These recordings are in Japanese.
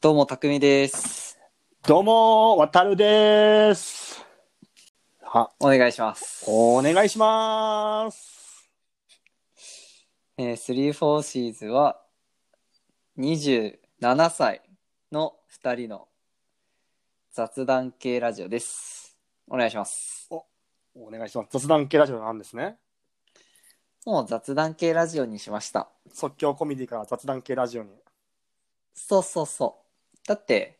どうも、たくみです。どうも、わたるです。は、お願いします。お願いします。えー、3、4シーズは、27歳の2人の雑談系ラジオです。お願いします。お願いします。雑談系ラジオなんですね。もう雑談系ラジオにしました。即興コメディから雑談系ラジオに。そうそうそう。だって、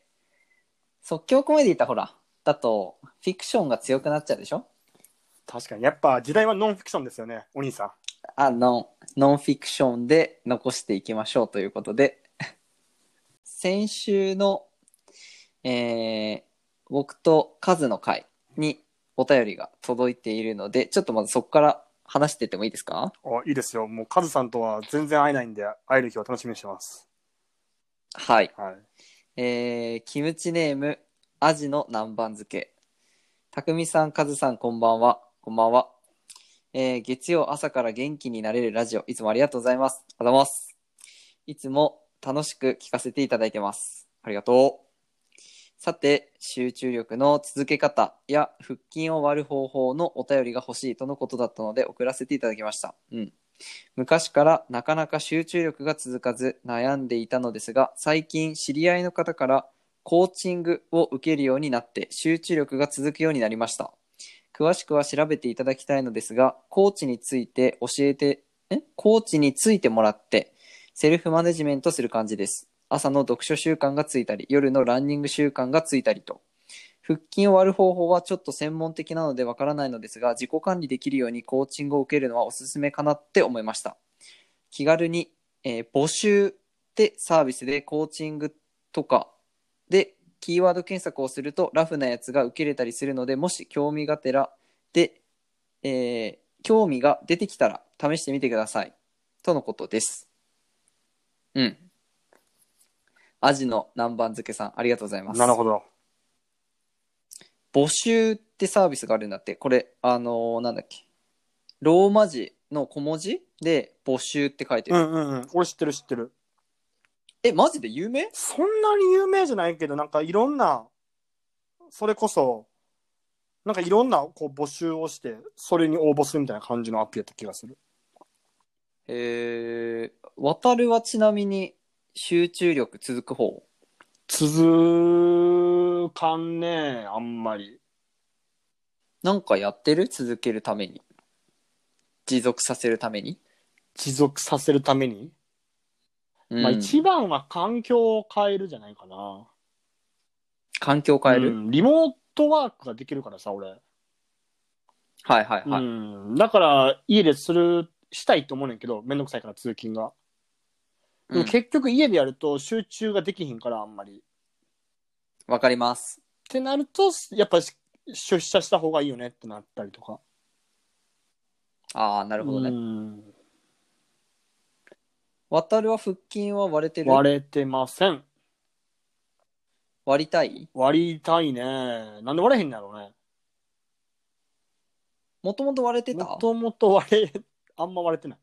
即興コメディーってほら、だと、フィクションが強くなっちゃうでしょ確かに、やっぱ時代はノンフィクションですよね、お兄さん。あの、ノンフィクションで残していきましょうということで、 先週の、えー僕とカズの会にお便りが届いているので、ちょっとまずそこから話してってもいいですかお、いいですよ。もうカズさんとは全然会えないんで、会える日を楽しみにしてます。はい。はい。えーキムチネーム、アジの南蛮漬け。たくみさん、カズさん、こんばんは。こんばんは。えー月曜朝から元気になれるラジオ、いつもありがとうございます。ありがとうございます。いつも楽しく聞かせていただいてます。ありがとう。さて、集中力の続け方や腹筋を割る方法のお便りが欲しいとのことだったので送らせていただきました。うん。昔からなかなか集中力が続かず悩んでいたのですが、最近知り合いの方からコーチングを受けるようになって集中力が続くようになりました。詳しくは調べていただきたいのですが、コーチについて教えて、えコーチについてもらってセルフマネジメントする感じです。朝の読書習慣がついたり、夜のランニング習慣がついたりと。腹筋を割る方法はちょっと専門的なのでわからないのですが、自己管理できるようにコーチングを受けるのはおすすめかなって思いました。気軽に、えー募集でサービスでコーチングとかでキーワード検索をするとラフなやつが受けれたりするので、もし興味がてらで、えー興味が出てきたら試してみてください。とのことです。うん。アジの南蛮漬けさん、ありがとうございます。なるほど。募集ってサービスがあるんだってこれあのーなんだっけローマ字の小文字で募集って書いてうる、んうんうん。俺知ってる知ってる。えマジで有名そんなに有名じゃないけど、なんかいろんな、それこそ、なんかいろんなこう募集をして、それに応募するみたいな感じのアプリだった気がする。えー、渡るはちなみに集中力続く方続かんねえ、あんまり。なんかやってる続けるために持続させるために、持続させるために、うんまあ一番は環境を変えるじゃないかな。環境を変える、うんリモートワークができるからさ、俺。はいはいはい、うん。だから、家でする、したいと思うねんけど、めんどくさいから通勤が。でもうん結局家でやると集中ができひんから、あんまり。っわかりますてなると、やっぱし出社した方がいいよねってなったりとか。ああなるほどね、うん渡るは腹筋は割れてる割割れてません。割りたい割りたいね。なんで割れへんのやろうね。もともと割れてたもともと割れ、あんま割れ てな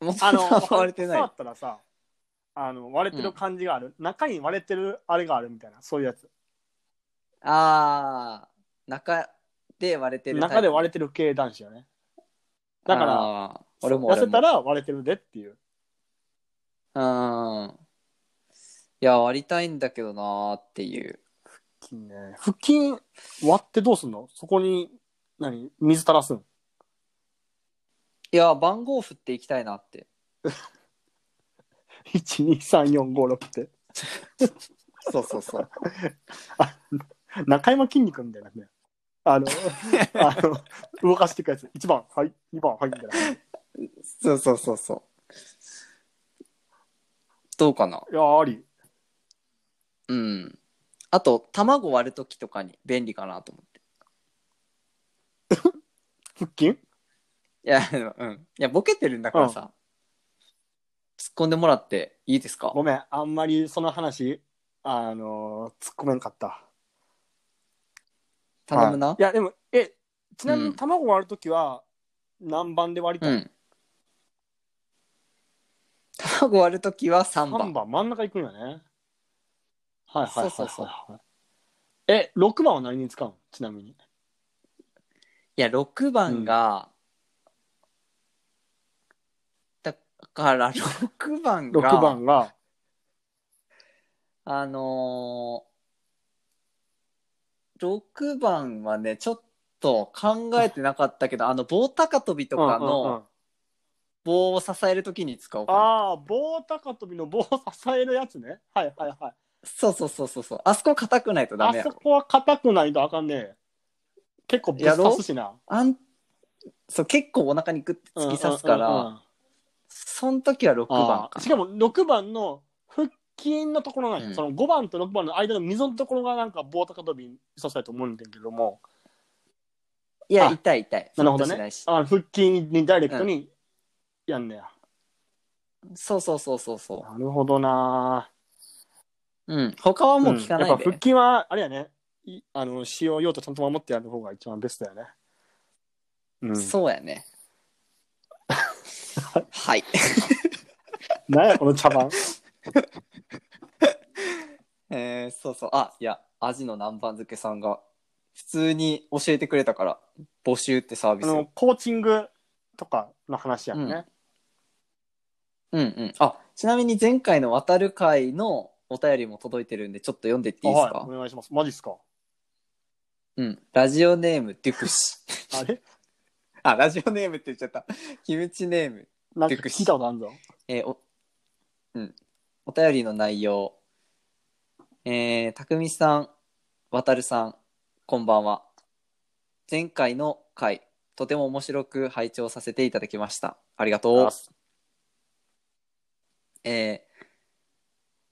い。もとあもの、と 割れてない触ったらさ、あの、割れてる感じがある、中に割れてるあれがあるみたいな、そういうやつ。ああ、中で割れてるタイプ。中で割れてる系男子よね。だから、あー、俺も痩俺もせたら割れてるでっていう。うん。いや、割りたいんだけどなーっていう。ね腹筋割ってどうすんのそこに、何水垂らす んいや、番号振っていきたいなって。 ?1、2、3、4、5、6って。 そうそう そう。中山筋肉みたいなね。あの、あの、動かしていくやつ。1番、はい、2番、はい、みたいな。そうそうそうそう。どうかないやー、あり。うん。あと、卵割るときとかに便利かなと思って。腹筋いや、あのうん。いや、ボケてるんだからさ。突っ込んでもらっていいですかごめん、あんまりその話、あのー、突っ込めんかった。頼むな、はいいや、でも、え、ちなみうんに卵割るときは、何番で割りうたい、ん。卵割るときは3 ?3 番。番、真ん中行くんよね。はいはいはいはいはい。そうそうえ、6番は何に使うのちなみに。いや、6番が、だから6番6が、番が、あのー、6番はね、ちょっと考えてなかったけど、あの、棒高跳びとかうんうんうんの棒を支えるときに使おうかな。ああ、棒高跳びの棒を支えるやつね。はいはいはい。そうそうそうそうそう。あそこ硬くないとダあメやそろ。こは硬くないとあかんね。結構ぶっ刺すしな。あんそう結構お腹にグッて突き刺すから、うんうんうんうんその時は6番あかーしかも6番の腹筋のところなんや、うんその5番と6番の間の溝のところがなんか棒高跳びに刺されたと思うんだけどもいやあ痛い痛いなるほどそんなねしないしあの腹筋にダイレクトにやんねや、そうそうそうそうそなるほどなううん他はーもう効かうんなやいっぱで、腹筋はあれやねいあの使用用途ちゃんと守ってやる方が一番ベストやねうん、そうや ねはいなんやこの茶番えー、そうそうあいやアジの南蛮漬けさんが普通に教えてくれたから募集ってサービあスのコーチングとかの話やんね、うんうんあちなみに前回の渡る会のお便りも届いてるんでちょっと読んでっていいですあか、はいお願いしますマジっすかうん。ラジオネーム、デュクシ。 あれあ、ラジオネームって言っちゃった。キムチネーム。なんか聞いたことあるぞえーお、うん。お便りの内容。えー、たくみさん、わたるさん、こんばんは。前回の回、とても面白く拝聴させていただきました。ありがとう。えー、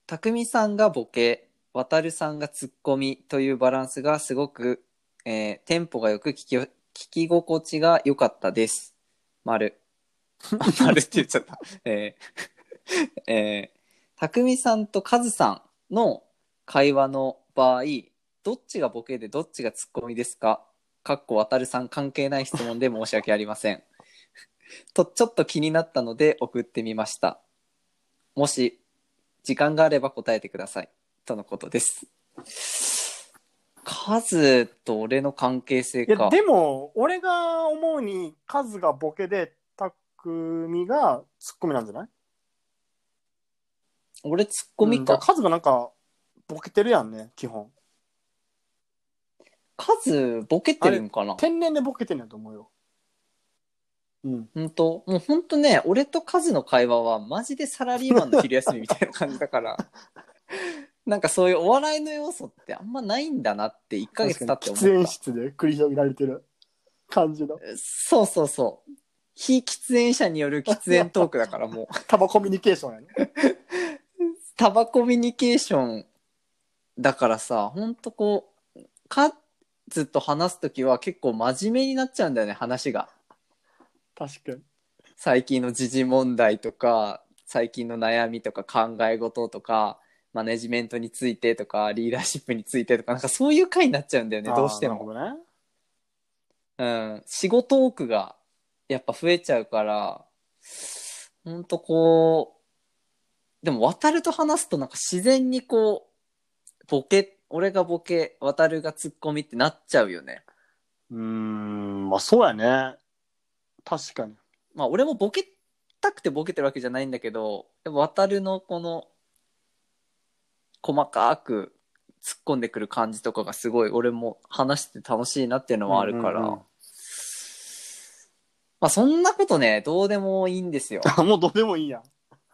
たくみさんがボケ、わたるさんがツッコミというバランスがすごく、えーテンポがよく聞き、聞き心地が良かったです。丸。 丸って言っちゃった。 えー、えー、たくみさんとカズさんの会話の場合、どっちがボケでどっちがツッコミですかかっこわたるさん関係ない質問で申し訳ありません。 と、ちょっと気になったので送ってみました。もし、時間があれば答えてください。とのことです。カズと俺の関係性いやか。でも俺が思うにカズがボケで匠がツッコミなんじゃない俺ツッコミか。カズがなんかボケてるやんね基本数ボケてるんかな天然でボケてんやと思うようんほんともうほんとね俺とカズの会話はマジでサラリーマンの昼休みみたいな感じだからなんかそういうお笑いの要素ってあんまないんだなって1ヶ月経って喫思っ煙室で繰り広げられてる感じのたそうそうそう非喫煙者による喫煙トークだからもうタバコミュニケーションやねタバコミュニケーションだからさほんとこうカズと話す時は結構真面目になっちゃうんだよね話が確かに最近の時事問題とか最近の悩みとか考え事とかマネジメントについてとかリーダーシップについてとかなんかそういう回になっちゃうんだよねあーどうしてなも、るほどねうん、仕事多くがやっぱ増えちゃうからほんとこうでも渡ると話すとなんか自然にこうボケ俺がボケ渡るがツッコミってなっちゃうよねうーんまあそうやね確かに まあ俺もボケたくてボケてるわけじゃないんだけど、でも渡るのこの、細かく突っ込んでくる感じとかがすごい俺も話してて楽しいなっていうのはあるから、うんうんうんまあそんなことね、どうでもいいん ですよ。あもうどうでもいいやん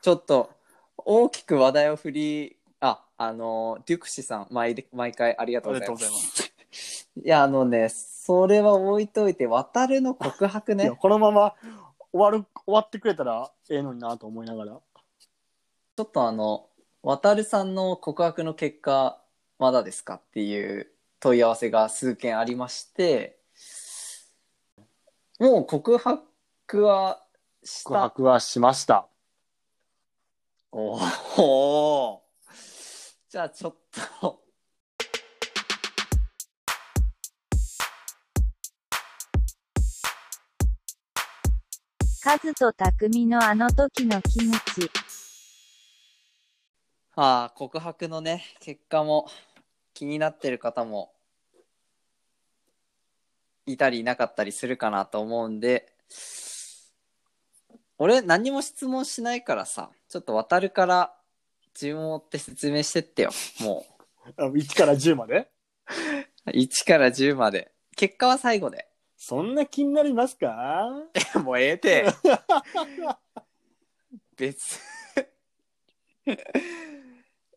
ちょっと大きく話題を振り、あ、あの、デュクシさん、毎毎回ありがとうございま。ありがとうございますいや、あのね、それは置いといて、渡るの告白いねや。このまま終わる終わってくれたらええのになと思いながらちょっとあの、渡るさんの告白の結果、まだですかっていう問い合わせが数件ありまして、もう告白はした。告白はしましたおお じゃあちょっと。カズと匠のあの時のキムチ。ああ、告白のね、結果も気になってる方もいたりいなかったりするかなと思うんで、俺何も質問しないからさ、ちょっと渡るから注文を追って説明してってよ。もあ1から10までう、1から10まで。結果は最後で。 そんな気になりますかもうええて。別。 え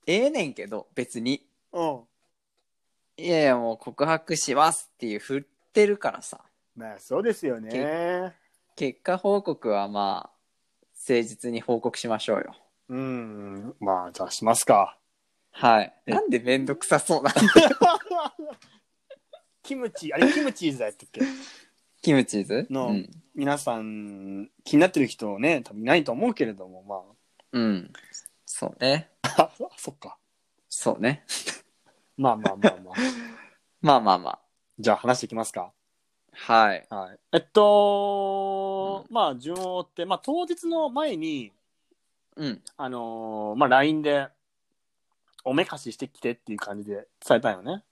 えねんけど、別に。うん。いやいや、もう告白しますっていう振ってるからさ。まあそうですよね。結果報告はまあ、誠実に報告しましょうよ。うん。まあじゃあしますか。はい。なんでめんどくさそうな。 キムチ、あれキムチーズやったっけキムチーズのうん。皆さん気になってる人ね、多分いないと思うけれども、まうん。そうね。あ。あ そっか。そうね。まあまあまあまあ。まあまあまあ。 じゃあ話していきますか。はい。はい。えっと、うまあ順を追って、まあ当日の前に、うん。あのーまあ LINE で、おめかししてきてっていう感じで伝えたんよね。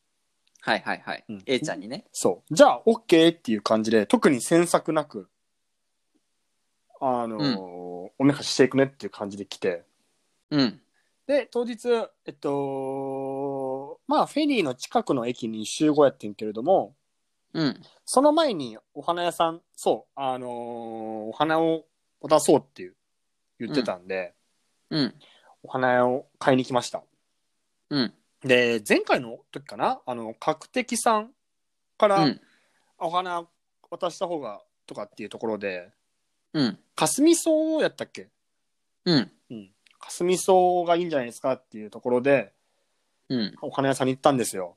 はいはいはいうん。 A ちゃんにね。そう。じゃあ OK っていう感じで、特に詮索なく、あのーうんおめかししていくねっていう感じで来て。うん。で、当日、えっと、まあフェリーの近くの駅に集合やってんけれども、うん。その前にお花屋さん、そう、あのーお花を渡そうっていう言ってたんで、うん。お花を買いに来ました。うん。で、前回の時かな、あの、角的さんかうらん。お花渡した方がとかっていうところで、うん。霞草やったっけうん。霞草がいいんじゃないですかっていうところで、うん。お花屋さんに行ったんですよ。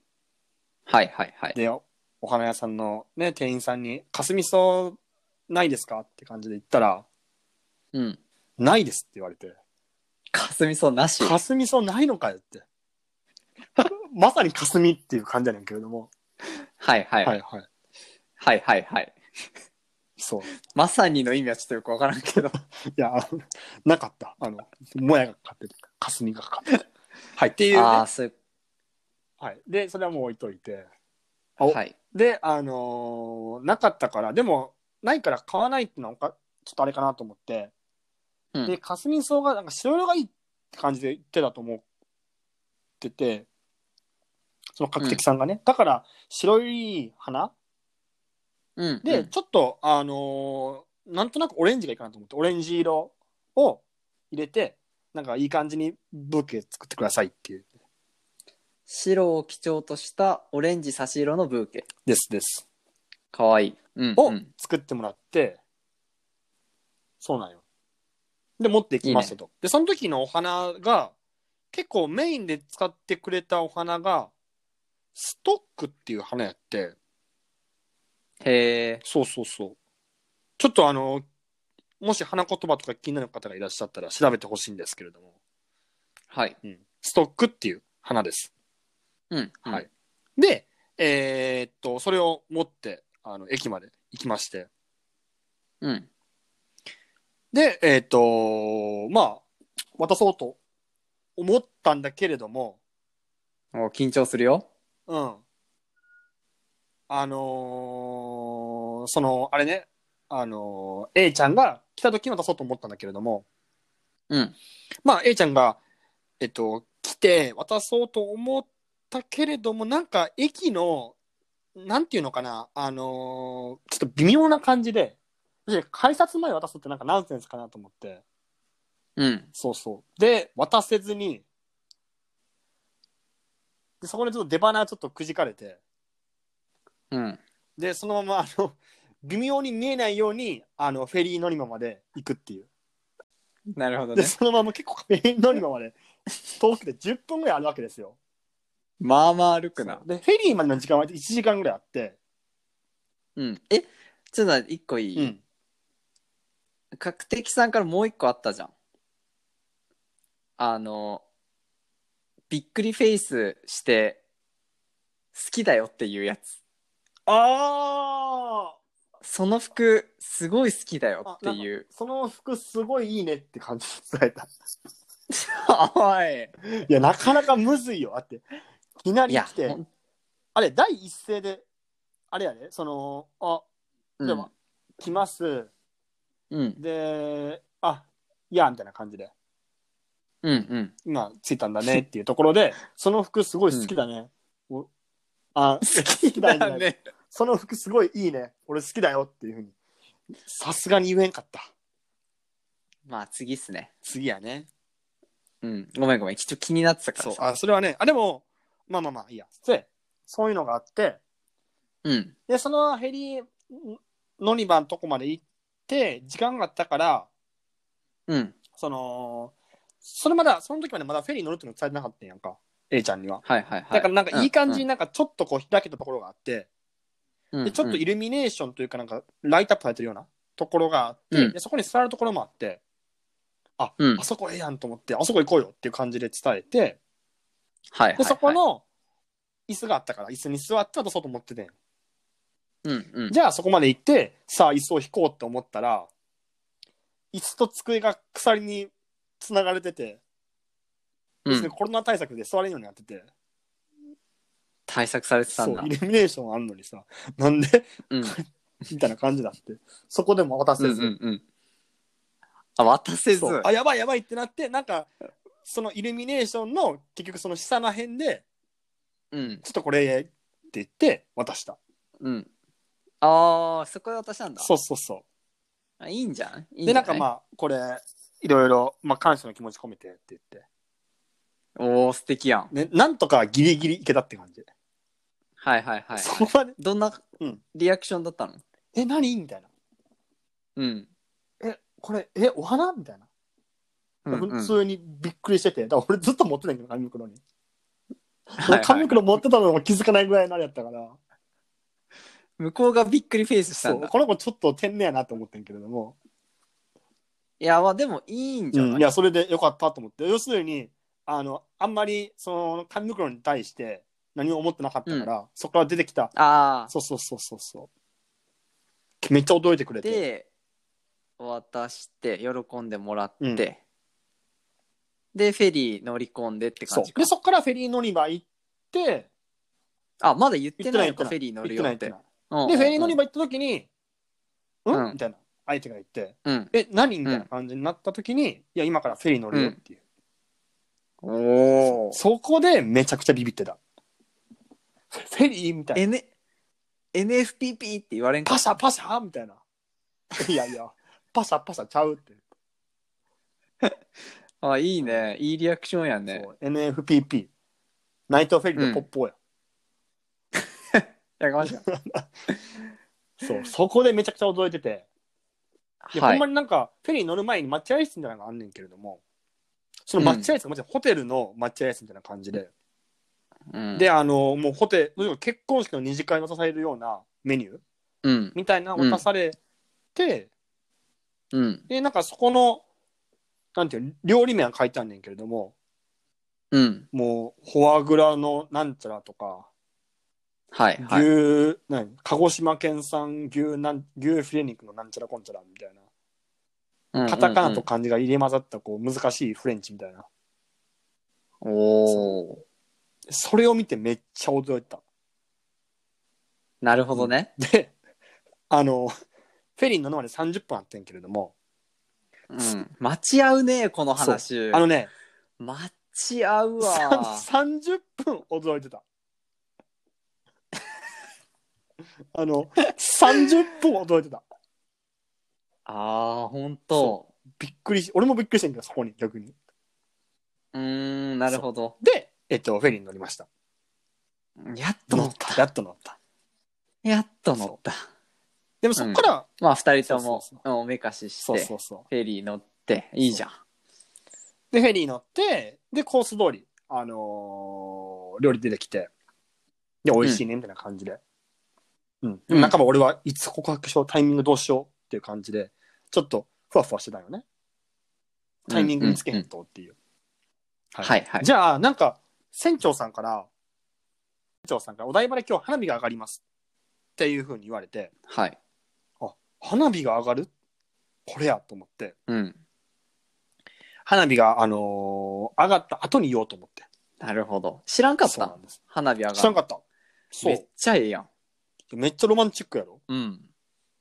はいはいはい。で、おお花屋さんのね、店員さんに、霞草ないですかって感じで言ったら、うん。ないですって言われて。かすみそうなし。霞草ないのかよって。 まさに霞っていう感じやねんけれども。はいは。はいはいいはい。はいはい。そう。まさにの意味はちょっとよくわからんけど。いや、あのなかった。あの、もやがかかってる。霞がかかってる。はい。っていう、ね。ああ、はそういう。い。で、それはもう置いといて。おはい。で、あのーなかったから、でも、ないから買わないっていうのはおか、ちょっとあれかなと思って。うんで、霞草が、なんか白色がいいって感じで言ってたと思ってて、その角的さんがね。だから、白い花うん。で、うんちょっと、あのーなんとなくオレンジがいいかなと思って、オレンジ色を入れて、なんかいい感じにブーケ作ってくださいっていう。白を基調としたオレンジ差し色のブーケですです。かわいい、うんをうん作ってもらって、そうなんよ。で、持ってきましたと。で、その時のお花が、結構メインで使ってくれたお花が、ストックっていう花やって、へえそうそうそう。ちょっとあの、もし花言葉とか気になる方がいらっしゃったら調べてほしいんですけれども。はいうんストックっていう花です。うんはい、で、えーっと、それを持って、あの、駅まで行きまして。うんで、えーっと、まあ、渡そうと思ったんだけれども、お緊張するようん。あのーその、あれね、あのー A ちゃんが来た時に渡そうと思ったんだけれども、うんまあ、A ちゃんが、えっと、来て渡そうと思ったけれども、なんか駅の、なんていうのかな、あのーちょっと微妙な感じで、で改札前渡すってなんかナンセンスかなと思って、うんそうそう。で、渡せずに、でそこでちょっと出花ちょっとくじかれて、うんで、そのまま、あの、微妙に見えないように、あの、フェリー乗り場まで行くっていう。なるほどで、ねそのまま結構フェリー乗り場まで、遠くて10分ぐらいあるわけですよ。まあまあ歩くなで、フェリーまでの時間は1時間ぐらいあって、うんえちょっと待って一個いい、うん。角的さんからもう一個あったじゃんあのびっくりフェイスして好きだよっていうやつあその服すごい好きだよってあないうーその服すごいいいねって感じで伝えた。 おい。いや、なかなかむずいよ。あって、いきないりや来、ほて、んあれ、第一声で、あれやね、その、あ、うんでも来ます。うん、で、あ、いや、みたいな感じで、うん、うん。今、ついたんだねっていうところ で、その服すごい好きだね。おあ、好きだね。ね。その服すごいいいね。俺好きだよっていうふうに。さすがに言えんかった。 まあ、次っすね。次やね。うん。ごめんごめん。ちょっと気になってたからそう。さ。あ、それはね、あ、でも、まあまあまあ、いいや。で、そういうのがあって、うん。で、そのヘリ、ノニバのとこまで行って、時間があったから、うん。その、それまだ、その時までまだフェリー乗るっていうの伝えてなかったんやんか。A ちゃんには。はいはいはい。だからなんかいい感じにに、なんかちょっとこう開けたところがあって、うんでちょっとイルミネーションというかなんかライトアップされてるようなところがあって、うんでそこに座るところもあって、あ、うんあそこええやんと思って、あそこ行こうよっていう感じで伝えて、はいはいはいで、そこ、の椅子があったから、椅子に座ってあと外持っててん。うんうん。じゃあそこまで行って、さあ椅子を引こうって思ったら、椅子と机が鎖に繋がれてて、う別にん、コロナ対策で座れるようになってて、対策されてたんそだう、イ。ルミネーションあるのにさ、なんでうん。みたいな感じだって。そこでも渡せうず、んうんうん。あ、渡せず。そうあやばいやばいってなってなんかそのイルミネーションの結局その下の辺でうんちょっとこれって言って渡したうん。ああ、そこで渡したんだ。そうそうそあいいんじゃんいういでじゃなんかまあ。あこれいろいろ、まあ、感謝の気持ち込めてって言って、おお、素敵やん。ね、なんとかギリギリいけたって感じ、はいはいはい。そこまでどんなうんリアクションだったの「え何?」みたいなうん。 「えこれえお花?」みたいな、うんうん普通にびっくりしててだから俺ずっと持ってたんやけど紙袋に、はいはい紙袋持ってたのも気づかないぐらいのあれやったから向こうがびっくりフェイスしたそんうだ。この子ちょっと天然やなと思ってんけれどもいや、まあでもいいんじゃう、なんいいやそれでよかったと思って要するにあのあんまりその紙袋に対して何も思ってなかったから、そこから出てきたあそうそうそうそうそうめっちゃ驚いてくあ。れてで、渡して、喜んでもらって、うんで、フェリー乗り込んでってそ感うじかで。そこからフェリー乗り場行ってあ、まだ言ってないの言ってか、ないフェリー乗行っるてよないっ行っててな。いうんでフェリー乗うりん場行った時に「うんうんみたいな相手が言ってうん「え何?」みたいな感じになった時に「いや今からフェリー乗るよ」っていう、おお。そこでめちゃくちゃビビっ てたフェリーみたいな N、NFPP って言われんかパシャパシャみたいな。いやいや、パシャパシャちゃうって。あ、いいね。いいリアクションやねそ。う NFPP。ナイトフェリーのポッポや、やかま しい。そう、そこでめちゃくちゃ驚いてて。で、はほんまい。になんか、フェリー乗る前に待合室みたいなのがあんねんけれども、その待合室が、まじでホテルの待合室みたいな感じで。うん、で、あの、もうホテル、結婚式の二次会に渡されるようなメニューうん。みたいなのを渡されて、うん。で、なんかそこの、なんていう料理名は書いてあんねんけれども、うん。もう、フォアグラのなんちゃらとか、はい。はい。牛、何鹿児島県産牛なん牛フィレ肉のなんちゃらこんちゃらみたいな。うんうんうんカタカナと漢字が入れ混ざったこう難しいフレンチみたいな。おお。それを見てめっちゃ驚いた。なるほどね。で、あの、フェリーに乗るまで30分あってんけれども、うん。待ち合うね、この話。あのね、待ち合うわ。 30分驚いてた。 あの、30分驚いてた。ああ、ほんとそ。びっくりし、俺もびっくりしてんけど、そこに逆に。うーん、なるほど。で、えっと、フェリーに乗りました。やっと乗っやた。っと乗った。やっと乗った。でもそこから、まあ、二人ともそうそううんおめかしして、そうそうそう。フェリー乗って、いいじゃん。で、フェリー乗って、で、コース通り、あのー料理出てきて、で、美味しいね、みたいな感じで。うん。うん仲間俺はいつ告白しよう、タイミングどうしようっていう感じで、ちょっとふわふわしてたよね。タイミング見つけへんとっていう。うんうんはいはい。じゃあ、なんか、船長さんから、船長さんからお台場で今日花火が上がりますっていうふうに言われて、はい。花火が上がるこれやと思って、うん。花火が、あのー上がった後に言おうと思って。なるほど。知らんかっそうなたんです。花火上がる。知らんかった。そめっう。ちゃええやん。めっちゃロマンチックやろうん。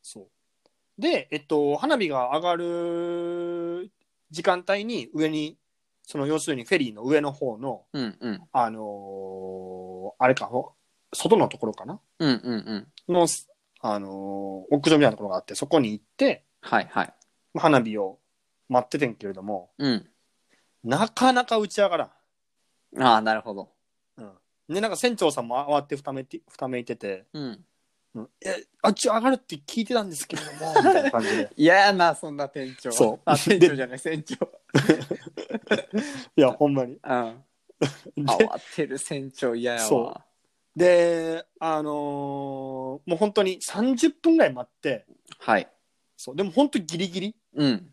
そう。で、えっと、花火が上がる時間帯に上に、その要するにフェリーの上の方の、うんうん。あのーあれか、ほ外のところかなうんうんうん。の、すあのー屋上みたいなところがあって、そこに行って、はいはい。まあ花火を待っててんけれども、うん。なかなか打ち上がらん。ああ、なるほど。うん。で、なんか船長さんも慌てふためて、ふためいてて、うん。うん、え、あっち上がるって聞いてたんですけれども、みたいな感じで。嫌やな、そんな店長。そうあ、店長じゃない、船長。 いや、ほんまに。うん。で慌てる船長嫌やそわ。で、あのーもう本当に30分ぐらい待って、はい。そう、でも本当ギリギリ。うん。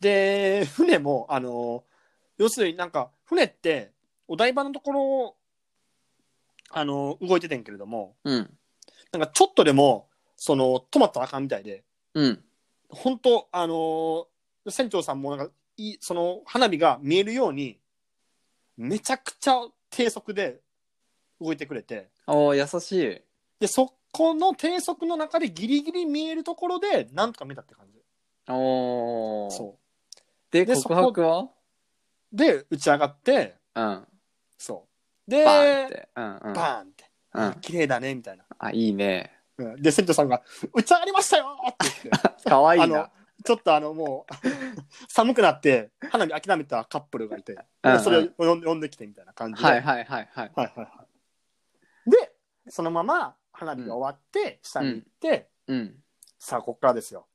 で、船も、あのー要するになんか、船って、お台場のところを、あのー動いててんけれども、うん。なんかちょっとでも、その、止まったらあかんみたいで、うん。本当あのー船長さんもなんか、いいその、花火が見えるように、めちゃくちゃ低速で動いてくれて、おお優しい。でそこの低速の中でギリギリ見えるところでなんとか見たって感じおおそで、でそ告こ白はうで打ち上がってうん。そうでバーンって。うんうん。バーンってうん。綺麗だねみたいな、あ、いいね。うんで船長さんが「打ち上がりましたよ!」って言 ってかわいいあのな。ちょっとあのもう 寒くなって花火諦めたカップルがいてうんうんそれを呼ん呼んできてみたいな感じで、はいはいはいはい。はいはいはいでそのまま花火が終わって、下に行って、うん。さあここからですよ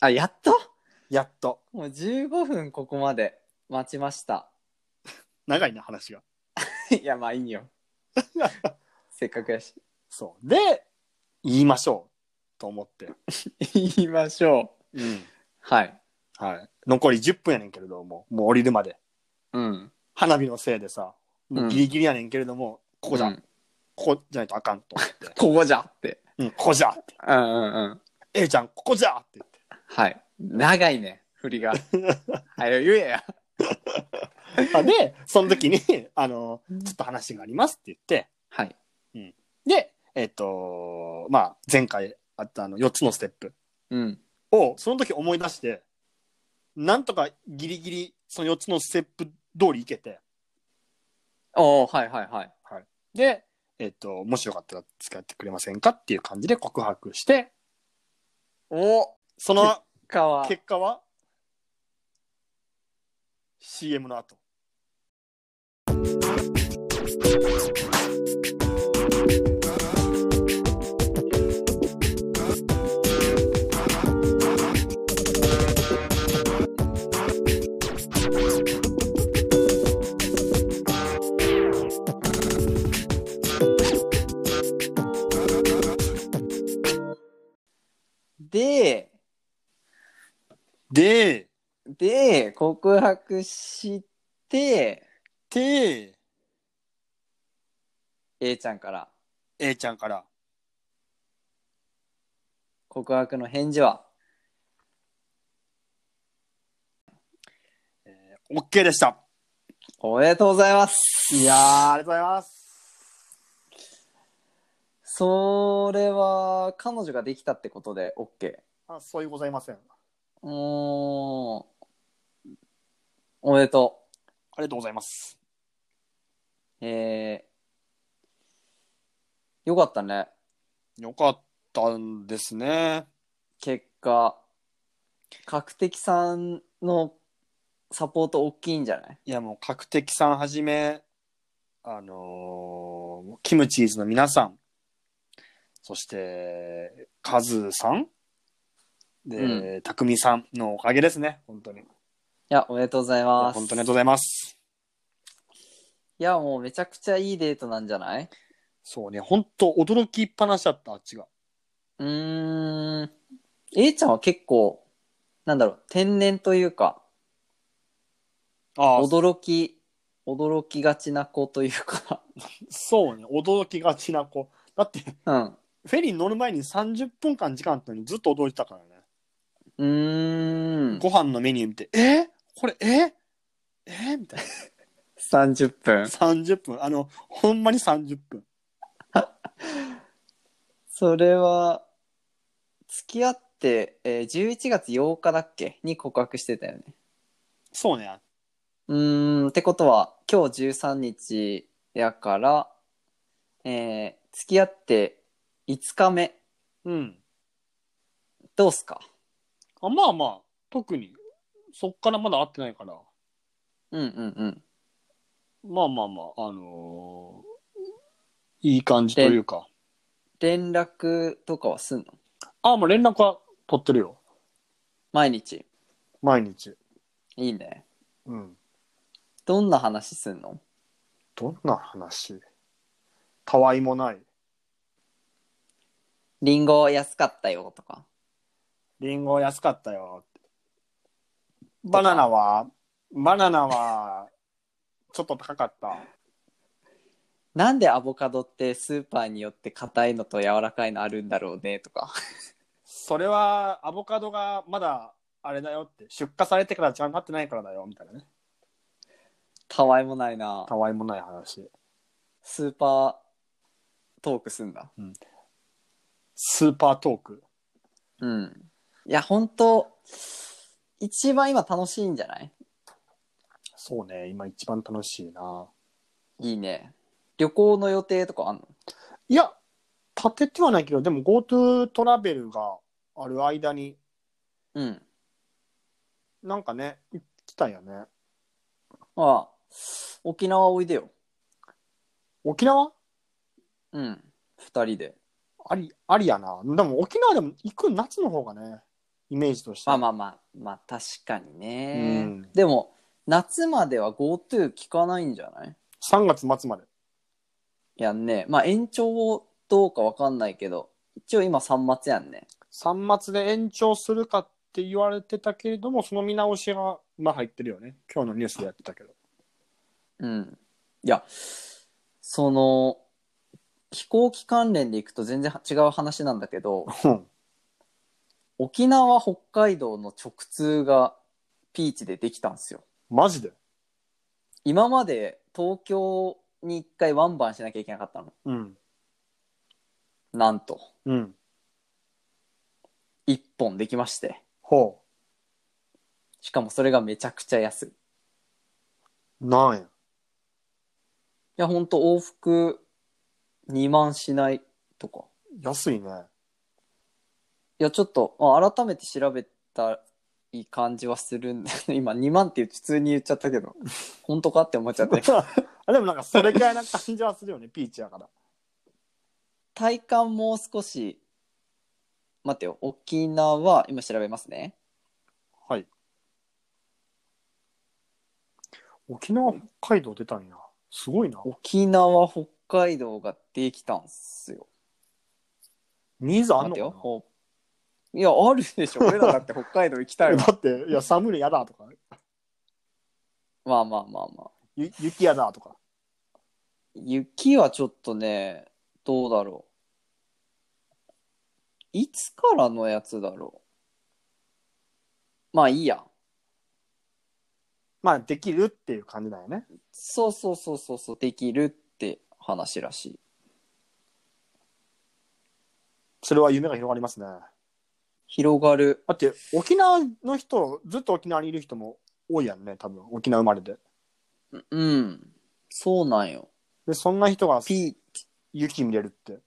あ、やっとやっともう15分ここまで待ちました。 長いな話がいや、まあいいよ。 せっかくやし。そう。で、言いましょうと思って。言いましょう。はい。はい。残り10分やねんけれども、もう降りるまで。うん。花火のせいでさ、もうギリギリやねんけれども、ここじゃ、うんここじゃないとあかんと思って。ここじゃって。うん、ここじゃって。うんうんうん。 A ちゃん、ここじゃって言って。はい。長いね、振りが。 はよ、言えや。あで、その時に、 あの、ちょっと話がありますって言って、はい。で、えっ、とまあ、前回あったあの4つのステップうん。を、その時思い出して、なんとかギリギリ、その4つのステップ通りいけて、おおはいはいはい。で、えっと、もしよかったら付き合ってくれませんかっていう感じで告白して、おそのかわ。結果は CM の後。で、で、で、告白して、て、 A ちゃんから A ちゃんから、告白の返事は、 OK でした。おめでとうございます。いやー、ありがとうございます。それは、彼女ができたってことで OK。あ、そういうございません。あうーん。おめでとりがとうございます。う。えー、よかったね。よかったんですね。結果。角的さんのサポート大きいんじゃないいや、もう、角的さんはじめ、あのーキムチーズの皆さん、そして、カズさん、で、たくみさんのおかげですね、本当に。いいや、おめでとうございやます。本当にありがとうございます。いや、もうめちゃくちゃいいデートなんじゃないそうね、本当驚きっぱなしだった、あっちが。うーん。A ちゃんは結構、なんだろう、天然というか、ああ、驚き、驚きがちな子というか、 そうね、驚きがちな子。だって、うん。フェリーに乗る前に30分間時間あったのにずっと驚いてたからね。うーん。ご飯のメニュー見て、えこれ、ええみたいな。 30分。 30分。あの、ほんまに30分。それは、付き合って、えー、11月8日だっけに告白してたよね。そうね。うーん、ってことは、今日13日やから、えー、付き合って5日目、うん。どうすかあまあまあ、特に、そっからまだ会ってないから、うんうんうん。まあまあまあ、あのーいい感じというか。連絡とかはすんのあ、もう連絡は取ってるよ。毎日。毎日。いいね。うん。どんな話すんのどんな話たわいもない。リンゴ安かったよとか。リンゴ安かったよ。 バナナはバナナは、ちょっと高かった。なんでアボカドってスーパーによって硬いのと柔らかいのあるんだろうねとか。それは、アボカドがまだ、あれだよって、出荷されてから時間経ってないからだよ、みたいなね。たわいもないなた。わいもない話。スーパートークすんだ。スーパートーク。うん。いや、本当一番今楽しいんじゃないそうね、今一番楽しいな。いいね。旅行の予定とかあんのいや、立ててはないけど、でも GoTo トラベルがある間に、うん。なんかね、行きたいよね。ああ、沖縄おいでよ。沖縄うん。二人で。あり、ありやな。でも沖縄でも行く夏の方がね、イメージとして。まあまあまあ、まあ確かにね。うんでも、夏までは GoTo 効かないんじゃない3月末まで。いやんね。まあ延長をどうかわかんないけど、一応今3末やんね。 3末で延長するかって言われてたけれども、その見直しが今入ってるよね。今日のニュースでやってたけど。うん。いや、その、飛行機関連で行くと全然違う話なんだけ ど、うん沖縄、北海道の直通がピーチでできたんですよ。マジで今まで東京に一回ワンバンしなきゃいけなかったの。うん。なんと、うん。一本できまして。ほ。しかもそれがめちゃくちゃ安い。いうなんや。や、ほんと往復2万しないとか。安いね。いや、ちょっと、まあ、改めて調べたい感じはするんで、今2万って普通に言っちゃったけど、本当かって思っちゃった。今 あでもなんかそれくらいな感じはするよね、ピーチやから。体感もう少し、待ってよ、沖縄、今調べますね。はい。沖縄、北海道出たんや。すごいな。沖縄、北海道ができたんすよ。ニーズあん待っのてかなよ。ほういや、あるでしょ。俺らだって北海道行きたい えわ。だって、いや、寒いのやだとか、まあまあまあまあ。ゆ雪やだとか。雪はちょっとね、どうだろう。いつからのやつだろう。まあいいや。まあ、できるっていう感じだよね。そうそうそうそうそう、できるって話らしい。それは夢が広がりますね。広がる。だって、沖縄の人、ずっと沖縄にいる人も多いやんね、多分。沖縄生まれで。ううん。そうなんよ。で、そんな人がピー、雪見れるって。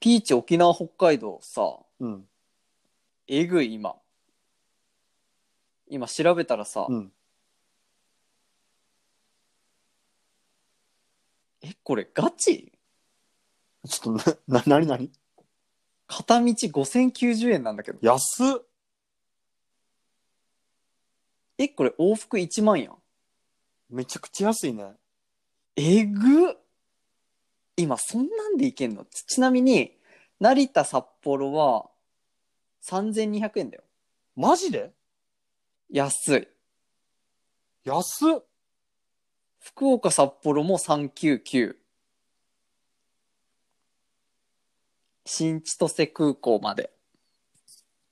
ピーチ沖縄北海道さ、うん。えぐい今。今調べたらさ、うん。え、これガチちょっとな、な、なになに片道5090円なんだけど。安っえ、これ往復1万やん。めちゃくちゃ安いね。えぐっ今そんなんでいけんのちちなみに、成田札幌は3200円だよ。マジで安い。安っ福岡札幌も399。新千歳空港まで。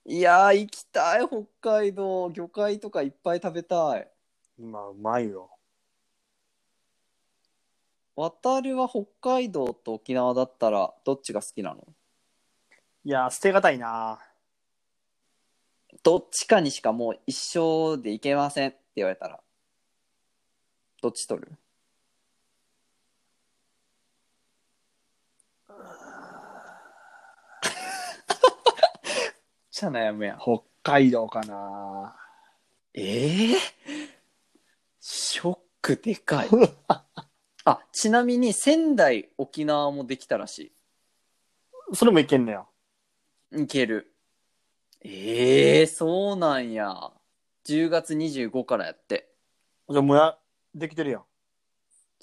いやー、行きたい、北海道。魚介とかいっぱい食べたい。まあ、うまいよ。渡るは北海道と沖縄だったら、どっちが好きなのいや、捨てがたいな。どっちかにしかもう一生で行けませんって言われたら、どっち 取るじゃ悩むやん。北海道かな。ええショックで かい。あ、ちなみに仙台、沖縄もできたらしそれもいけんのよ。い。いける。ええそうなんや。10月25からやって。じゃあ、もうや、できてるやん。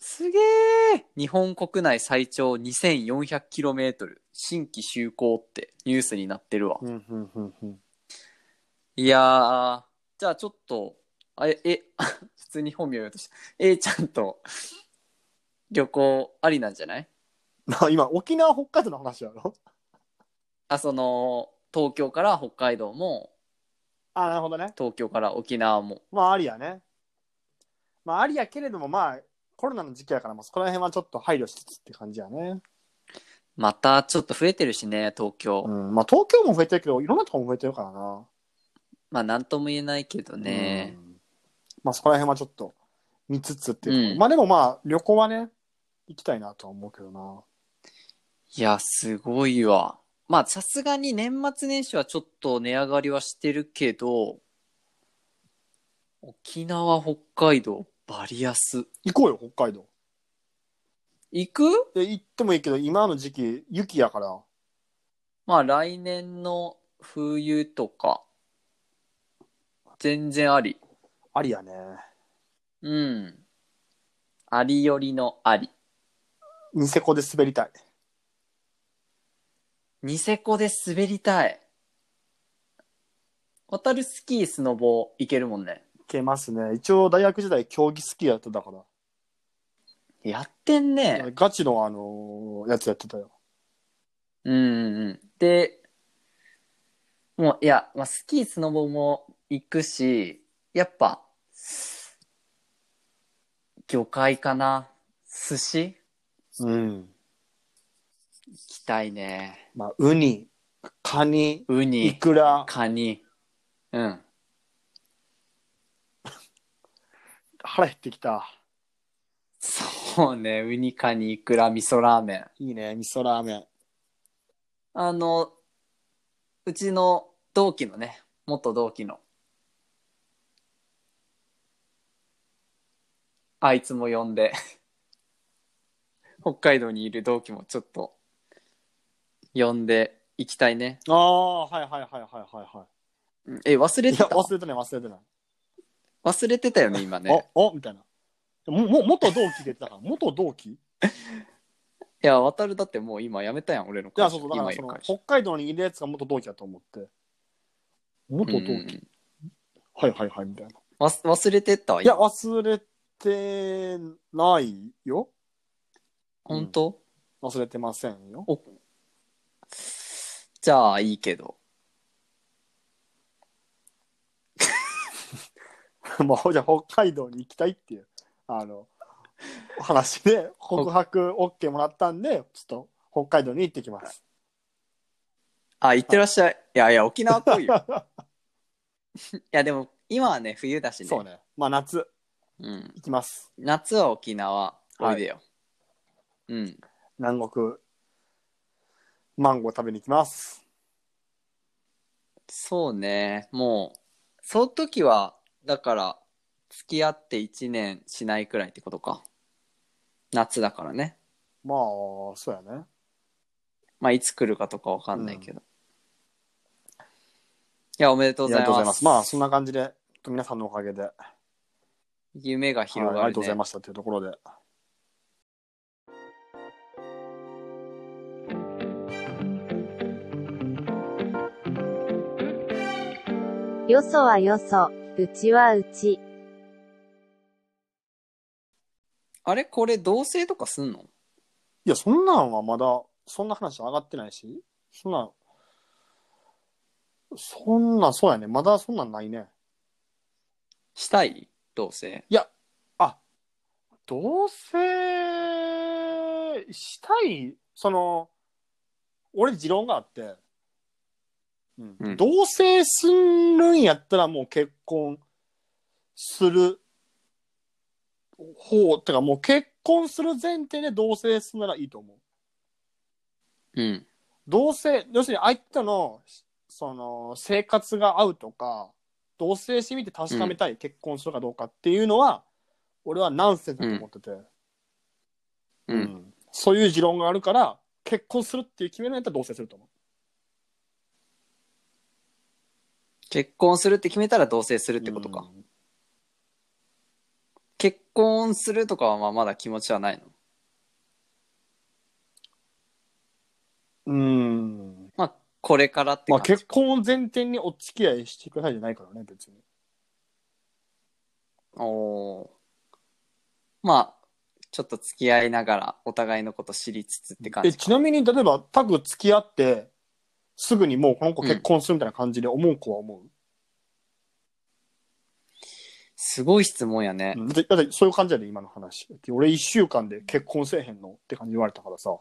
すげえ日本国内最長 2400km 新規就航ってニュースになってるわ。うん、うん、うん、うん。いやー、じゃあちょっと、あえ、 え、普通に本名言おうとした。えちゃんと旅行ありなんじゃない 今、沖縄、北海道の話やろあ、その、東京から北海道も、あ、なるほどね。東京から沖縄も。まあ、ありやね。まあ、ありやけれども、まあ、コロナの時期やから、もうそこら辺はちょっと配慮しつつって感じやね。またちょっと増えてるしね、東京。うん。まあ、東京も増えてるけど、いろんなとこも増えてるからな。まあ、なんとも言えないけどね。うんまあ、そこら辺はちょっと見つつっていうか、うんまあでもまあ、旅行はね、行きたいなとは思うけどな。いや、すごいわ。まあ、さすがに年末年始はちょっと値上がりはしてるけど、沖縄、北海道、バリアス。行こうよ、北海道。行くで行ってもいいけど、今の時期、雪やから。まあ、来年の冬とか、全然あり。ありやね。うん。ありよりのあり。ニセコで滑りたい。ニセコで滑りたい。渡るスキー、スノボ行けるもんね。行けますね。一応、大学時代、競技スキーやってたから。やってんね。ガチの、あのーやつやってたよ。うんうんうん。で、もう、いや、まあ、スキー、スノボも行くし、やっぱ、魚介かな。寿司行うん。きたいね。まあ、ウニ、カニ、ウイニ、クラ、カニ。うん。腹減ってきた。そうね。ウニ、カニ、イクラ、味噌ラーメン。いいね、味噌ラーメン。あの、うちの同期のね、元同期の。あいつも呼んで、北海道にいる同期もちょっと、呼んで行きたいね。ああ、はいはいはいはいはいはうんえ、忘い。れいてや、た忘れてない忘れてない。忘れてたよね、今ね。おおみたいな。もも元同期出てたから、元同 期いいや、渡るだってもう今やめたやん、俺のや、会社。そうそう、だから今いそるの会社北海道にいるやつが元同期だと思って。元同期、うんうんはいはいはい、みたいな。わす忘れてったわ、いや、今忘れてないよ。本当、忘れてませんよ。 おじゃあいいけど。もう、じゃあ北海道に行きたいっていう、あの、お話で、告白 OK もらったんで、ちょっと北海道に行ってきます。あ、行ってらっしゃい。いやいや、沖縄来いよ。 いや、でも、今はね、冬だしね。そうね。まあ、夏、うん。行きます。夏は沖縄、おいでよ。うん。南国、マンゴー食べに行きます。そうね。もう、その時は、だから、付き合って1年しないくらいってことか。夏だからね。まあ、そうやね。まあ、いつ来るかとかわかんないけど。いや、おめでとうございます。まあ、そんな感じで、皆さんのおかげで、はい夢が広がる、ねありがとうございましたというところで。よそはよそ、うちはうち。あれこれ、同棲とかすんのいや、そんなんはまだ、そんな話上がってないし、そんなん、そんな、そうやね。まだそんなんないね。したいどうせ。どうせ、したい、その、俺持論があって、うんうん同棲するんやったらもう結婚する方、てかもう結婚する前提で同棲するならいいと思う。うん。同棲、要するに相手との、その、生活が合うとか、同棲してみて確かめたい、結婚するかどうかっていうのは、俺はナンセンスだと思ってて。う。うんんそういう持論があるから結婚するっていう決めないと同棲すると思う。結婚するって決めたら同棲するってことか。うん結婚するとかはまあまだ気持ちはないの。うん。まあ、これからってま感あじ。結婚を前提にお付き合いしてくださいじゃないからね、別に。おーまあ、ちょっと付き合いながらお互いのこと知りつつって感えじ。ちなみに、例えばタグ付き合って、すぐにもうこの子結婚するみたいな感じで思う子は思う。すごい質問やね。うんだってだってそういう感じやで、今の話。俺一週間で結婚せえへんのって感じ言われたからさ。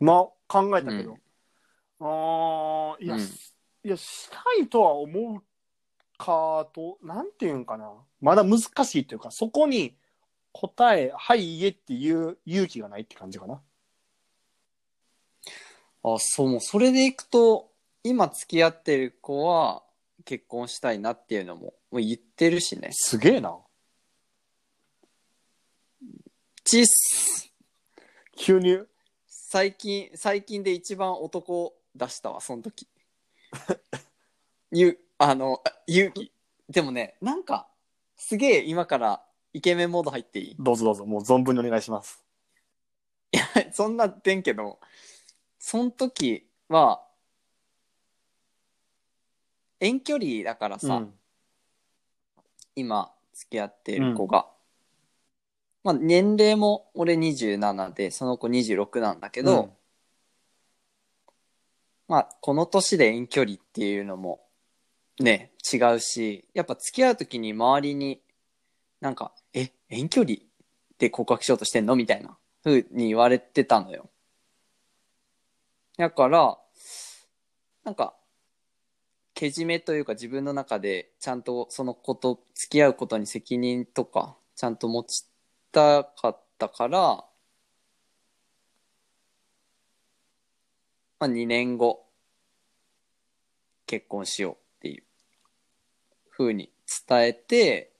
まあ考えたけど。ああ、いや、うんいや、したいとは思うかと、なんていうんかな。まだ難しいというか、そこに答え、はい、いいえっていう勇気がないって感じかな。あ、そう、もうそれでいくと、今付き合ってる子は結婚したいなっていうのも、もう言ってるしね。すげえな。ちっす。急に、最近、最近で一番男出したわ、その時。ゆ、あの、あ勇気。でもね、なんか、すげえ今からイケメンモード入ってい いどうぞどうぞ、もう存分にお願いします。そんなってんけど、その時は、遠距離だからさ、うん今付き合ってる子が、まあ年齢も俺27で、その子26なんだけど、うんまあこの年で遠距離っていうのもね、違うし、やっぱ付き合う時に周りになんか、え、遠距離で告白しようとしてんのみたいな風に言われてたのよ。だから、なんか、けじめというか自分の中でちゃんとその子と付き合うことに責任とかちゃんと持ちたかったから、まあ、2年後結婚しようっていうふうに伝えて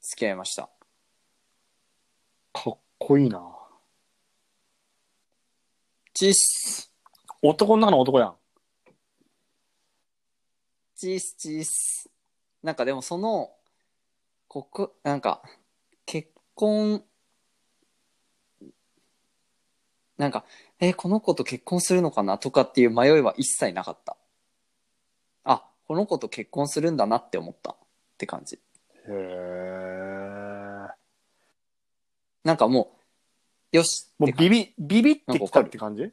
付き合いました。かっこいいな。チス男の中の男やん。チースチース。なんかでもその、ここ、なんか、結婚、なんか、え、この子と結婚するのかなとかっていう迷いは一切なかった。あ、この子と結婚するんだなって思ったって感じ。へえ。なんかもう、よしっもてう感じビビ、ビビってきたって感じ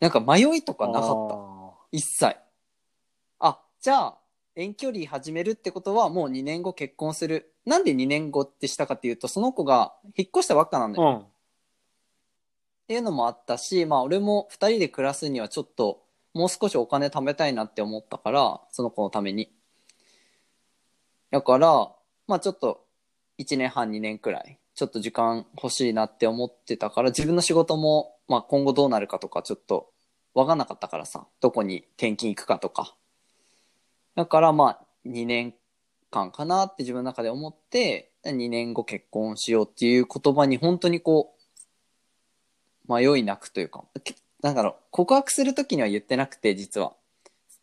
なんか迷いとかなかった。た。一切。あ、じゃあ、遠距離始めるってことは、もう2年後結婚する。なんで2年後ってしたかっていうと、その子が引っ越したばっかなのよ。っうん。ていうのもあったし、まあ、俺も2人で暮らすにはちょっと、もう少しお金貯めたいなって思ったから、その子のために。だから、まあ、ちょっと、1年半、2年くらい、ちょっと時間欲しいなって思ってたから、自分の仕事も、まあ、今後どうなるかとか、ちょっと、わかんなかったからさ、どこに転勤行くかとか。だからまあ、2年間かなって自分の中で思って、2年後結婚しようっていう言葉に本当にこう、迷いなくというか、けなんだろう、告白するときには言ってなくて、実は。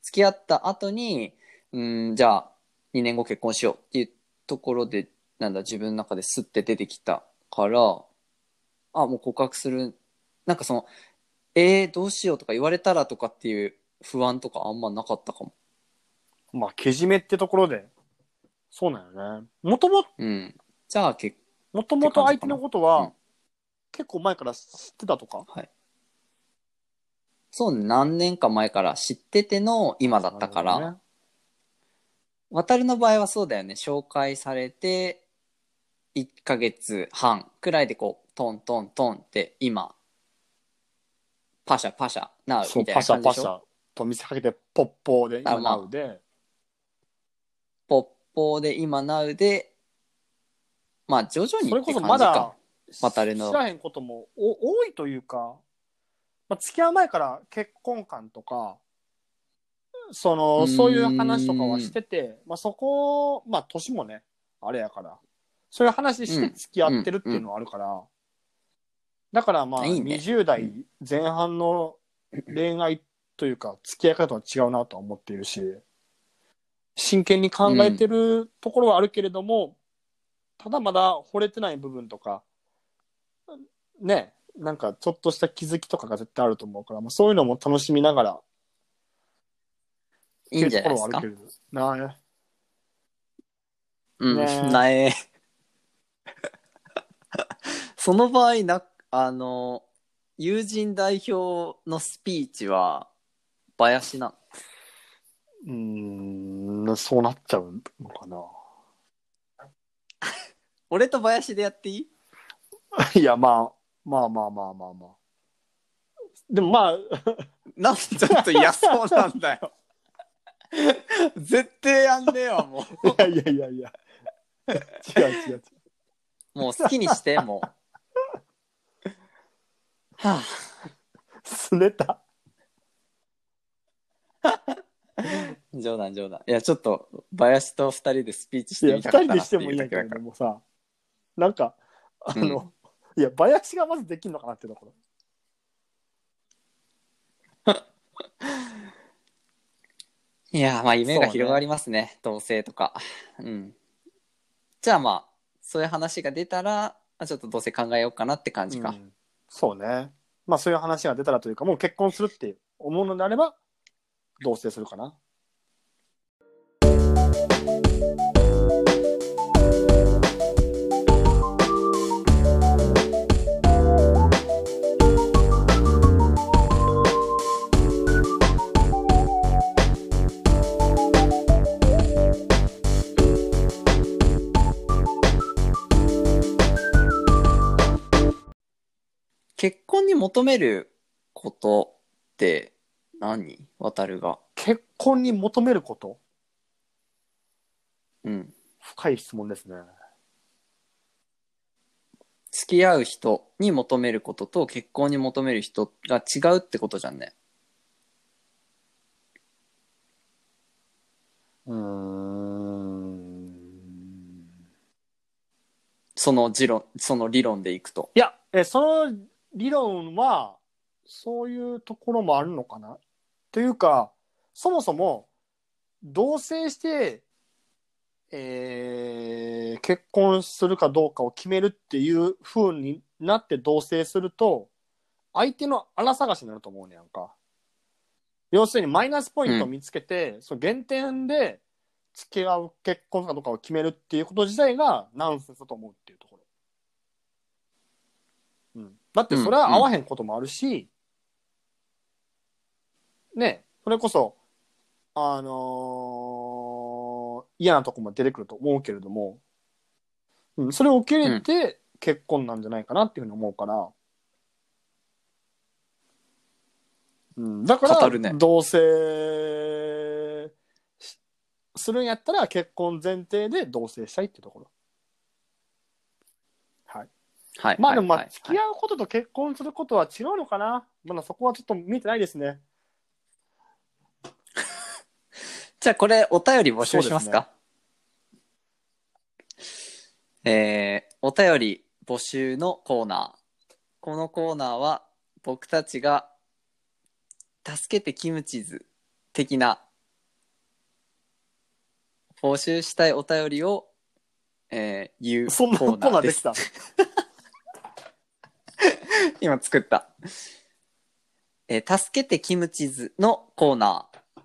付き合った後に、うん、じゃあ、2年後結婚しようっていうところで、なんだ、自分の中ですって出てきたから、あ、もう告白する。なんかその、えー、どうしようとか言われたらとかっていう不安とかあんまなかったかも。まあ、けじめってところで、そうなんよね。もとも、うん。じゃあ結もともと相手のことは、うん結構前から知ってたとか。はい。そうね、何年か前から知ってての今だったから、渡るの場合はそうだよね紹介されて1ヶ月半くらいでこうトントントンって今パシャパシャなうそうみたいなパシャ感じでパしシょャと見せかけてポッポーであ今まあなうでポッポーで今なうでまあ徐々にそれって感じこそかまだ渡るの知らへんこともお多いというか、まあ、付き合う前から結婚観とかそうのーんそういう話とかはしてて、まあ、そこまあ年もねあれやからそういう話して付き合ってるっていうのはあるから、だからまあいいね20代前半の恋愛というか付き合い方とは違うなとは思っているし真剣に考えてるところはあるけれども、ただまだ惚れてない部分とかねなんかちょっとした気づきとかが絶対あると思うから、まあ、そういうのも楽しみながらいいんじゃないですかってうところはあるけれどなあうん、ねえなえ その場合なあの友人代表のスピーチは林なのうーんそうなっちゃうのかな俺と林でやっていい いやまあまあまあまあまあまあでもまあ なんでちょっと嫌そうなんだよ。絶対やんねえわ、もいやいやいやいや違う違う違うう。もう好きにして、もう。はあ、すねた冗談冗談。いや、ちょっと、林と二人でスピーチしいてやみ二たかっ人たでなっしててもいいういだやけけだれかどら。もさなんかあの、いや林がまずできるのかなってところいや、まあ、夢が広がりますね、同性とか。うん。じゃあまあ、そういう話が出たら、あちょっと同性考えようかなって感じか。うんそうねまあそういう話が出たらというかもう結婚するって思うのであれば同棲するかな結婚に求めることって何渡るが。結婚に求めることうん。深い質問ですね付き合う人に求めることと結婚に求める人が違うってことじゃんね。うーんその理論、その理論でいくと。いやえその理論はそういうところもあるのかなというかそもそも同棲して、えー結婚するかどうかを決めるっていう風になって同棲すると相手の荒探しになると思うねやんか。要するにマイナスポイントを見つけて、その減点で付き合う結婚かどうかを決めるっていうこと自体がナンセンスだと思うっていうところ。うん、だってそれは合わへんこともあるし、ねそれこそあのー嫌なとこも出てくると思うけれども、うん、それを受け入れて結婚なんじゃないかなっていうふうに思うから、うん、だから語るね同棲しするんやったら結婚前提で同棲したいっていうところ。はい。まあはいでもまはあい付き合うことと結婚することは違うのかなまだそこはちょっと見えてないですね。じゃあこれお便り募集しますそうかえー、お便り募集のコーナー。このコーナーは僕たちが助けてキムチズ的な募集したいお便りを、えー、言うそんなココーーナナーーでですき。た。 今作った。えー助けてキムチズのコーナー。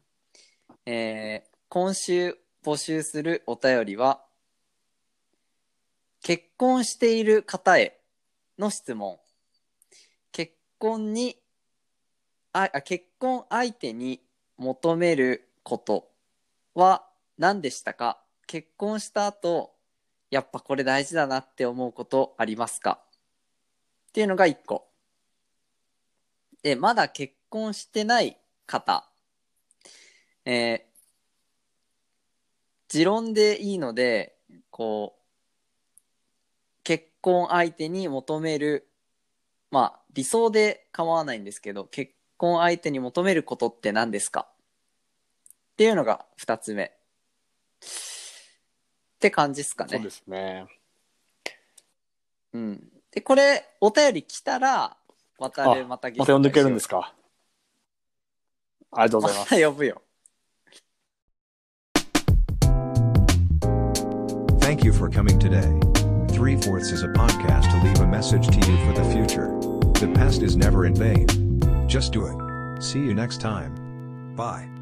えー今週募集するお便りは、結婚している方への質問。結婚にああ結婚相手に求めることは何でしたか結婚した後やっぱこれ大事だなって思うことありますかっていうのが1個。で、まだ結婚してない方。えー持論でいいので、こう、結婚相手に求める、まあ理想で構わないんですけど、結婚相手に求めることって何ですかっていうのが2つ目。って感じですかね。そうですね。うん。で、これ、お便り来たら、渡る、あまたゲスまトた呼んでくれるんですかありがとうごまざいます。た呼ぶよ。 Thank you for coming today. Three Fourths is a podcast to leave a message to you for the future. The past is never in vain. Just do it. See you next time. Bye.